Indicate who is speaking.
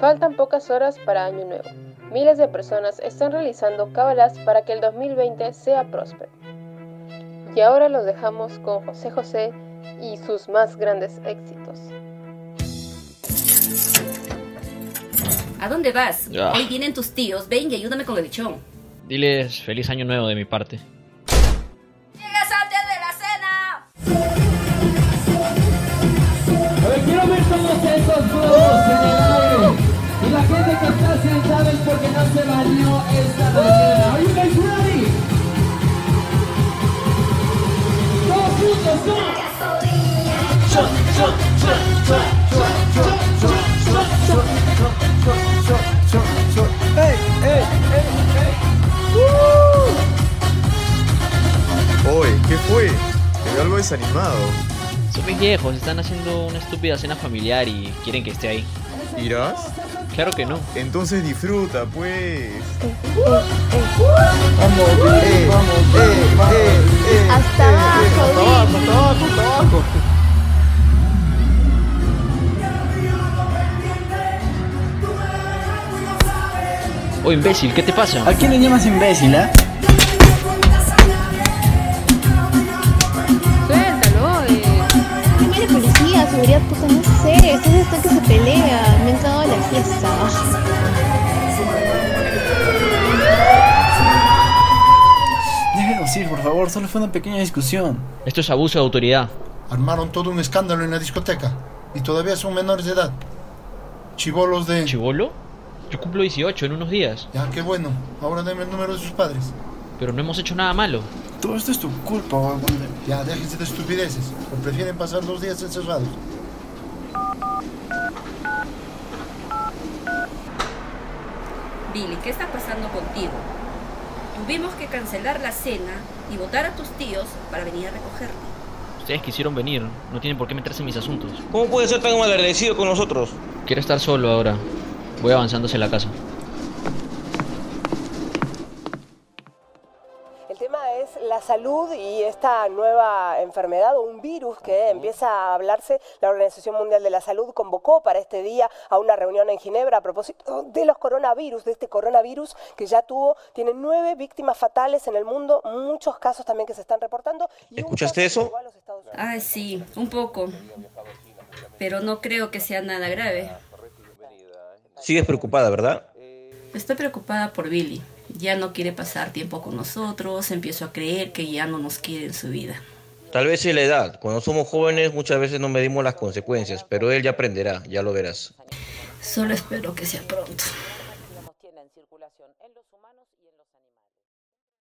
Speaker 1: Faltan pocas horas para Año Nuevo. Miles de personas están realizando cábalas para que el 2020 sea próspero. Y ahora los dejamos con José José y sus más grandes éxitos.
Speaker 2: ¿A dónde vas?
Speaker 3: Ya.
Speaker 2: Hoy vienen tus tíos. Ven y ayúdame con el lechón.
Speaker 3: Diles feliz año nuevo de mi parte.
Speaker 2: ¡Llegas antes de la cena!
Speaker 4: A ver, quiero ver todos esos globos en el aire. Y la gente que está sentada es porque no se bañó esta mañana. Are you guys ready? Todos juntos, ¿no?
Speaker 5: Oye, ¿qué fue? Te veo algo desanimado.
Speaker 3: Son mis viejos, están haciendo una estúpida cena familiar y quieren que esté ahí.
Speaker 5: ¿Irás?
Speaker 3: Claro que no.
Speaker 5: Entonces disfruta, pues. eh,
Speaker 6: Hasta abajo,
Speaker 5: abajo, eh, hasta abajo, hasta abajo.
Speaker 3: Oh, imbécil, ¿qué te pasa?
Speaker 4: quién le llamas imbécil, eh?
Speaker 1: Suéltalo,
Speaker 6: Dime de policía, seguridad puta, no sé. Ustedes están que se pelean. Me han cagado la fiesta.
Speaker 4: Déjenos ir, por favor, solo fue una pequeña discusión.
Speaker 3: Esto es abuso de autoridad.
Speaker 7: Armaron todo un escándalo en la discoteca y todavía son menores de edad. Chivolos de...
Speaker 3: ¿Chivolo? Yo cumplo 18 en unos días,
Speaker 7: Ya, qué bueno. Ahora denme el número de sus padres.
Speaker 3: pero no hemos hecho nada malo.
Speaker 4: Todo esto es tu culpa, huevón.
Speaker 7: Ya, déjense de estupideces. O prefieren pasar dos días encerrados.
Speaker 2: Billy, ¿qué está pasando contigo? Tuvimos que cancelar la cena y votar a tus tíos para venir a recogerte.
Speaker 3: Ustedes quisieron venir, no tienen por qué meterse en mis asuntos.
Speaker 8: ¿Cómo puede ser tan malagradecido con nosotros?
Speaker 3: Quiero estar solo ahora. Voy avanzando hacia la casa.
Speaker 9: El tema es la salud y esta nueva enfermedad o un virus que empieza a hablarse. La Organización Mundial de la Salud convocó para este día a una reunión en Ginebra a propósito de los coronavirus, de este coronavirus que ya tuvo, tiene nueve víctimas fatales en el mundo, muchos casos también que se están reportando. y un
Speaker 8: ¿Escuchaste
Speaker 9: caso
Speaker 8: eso?
Speaker 9: llegó a los Estados Unidos.
Speaker 2: Ay, sí, un poco. Pero no creo que sea nada grave.
Speaker 8: Sigues preocupada, ¿verdad?
Speaker 2: Estoy preocupada por Billy. Ya no quiere pasar tiempo con nosotros. Empiezo a creer que ya no nos quiere en su vida.
Speaker 8: Tal vez es la edad. Cuando somos jóvenes muchas veces no medimos las consecuencias, pero él ya aprenderá, ya lo verás.
Speaker 2: Solo espero que sea pronto.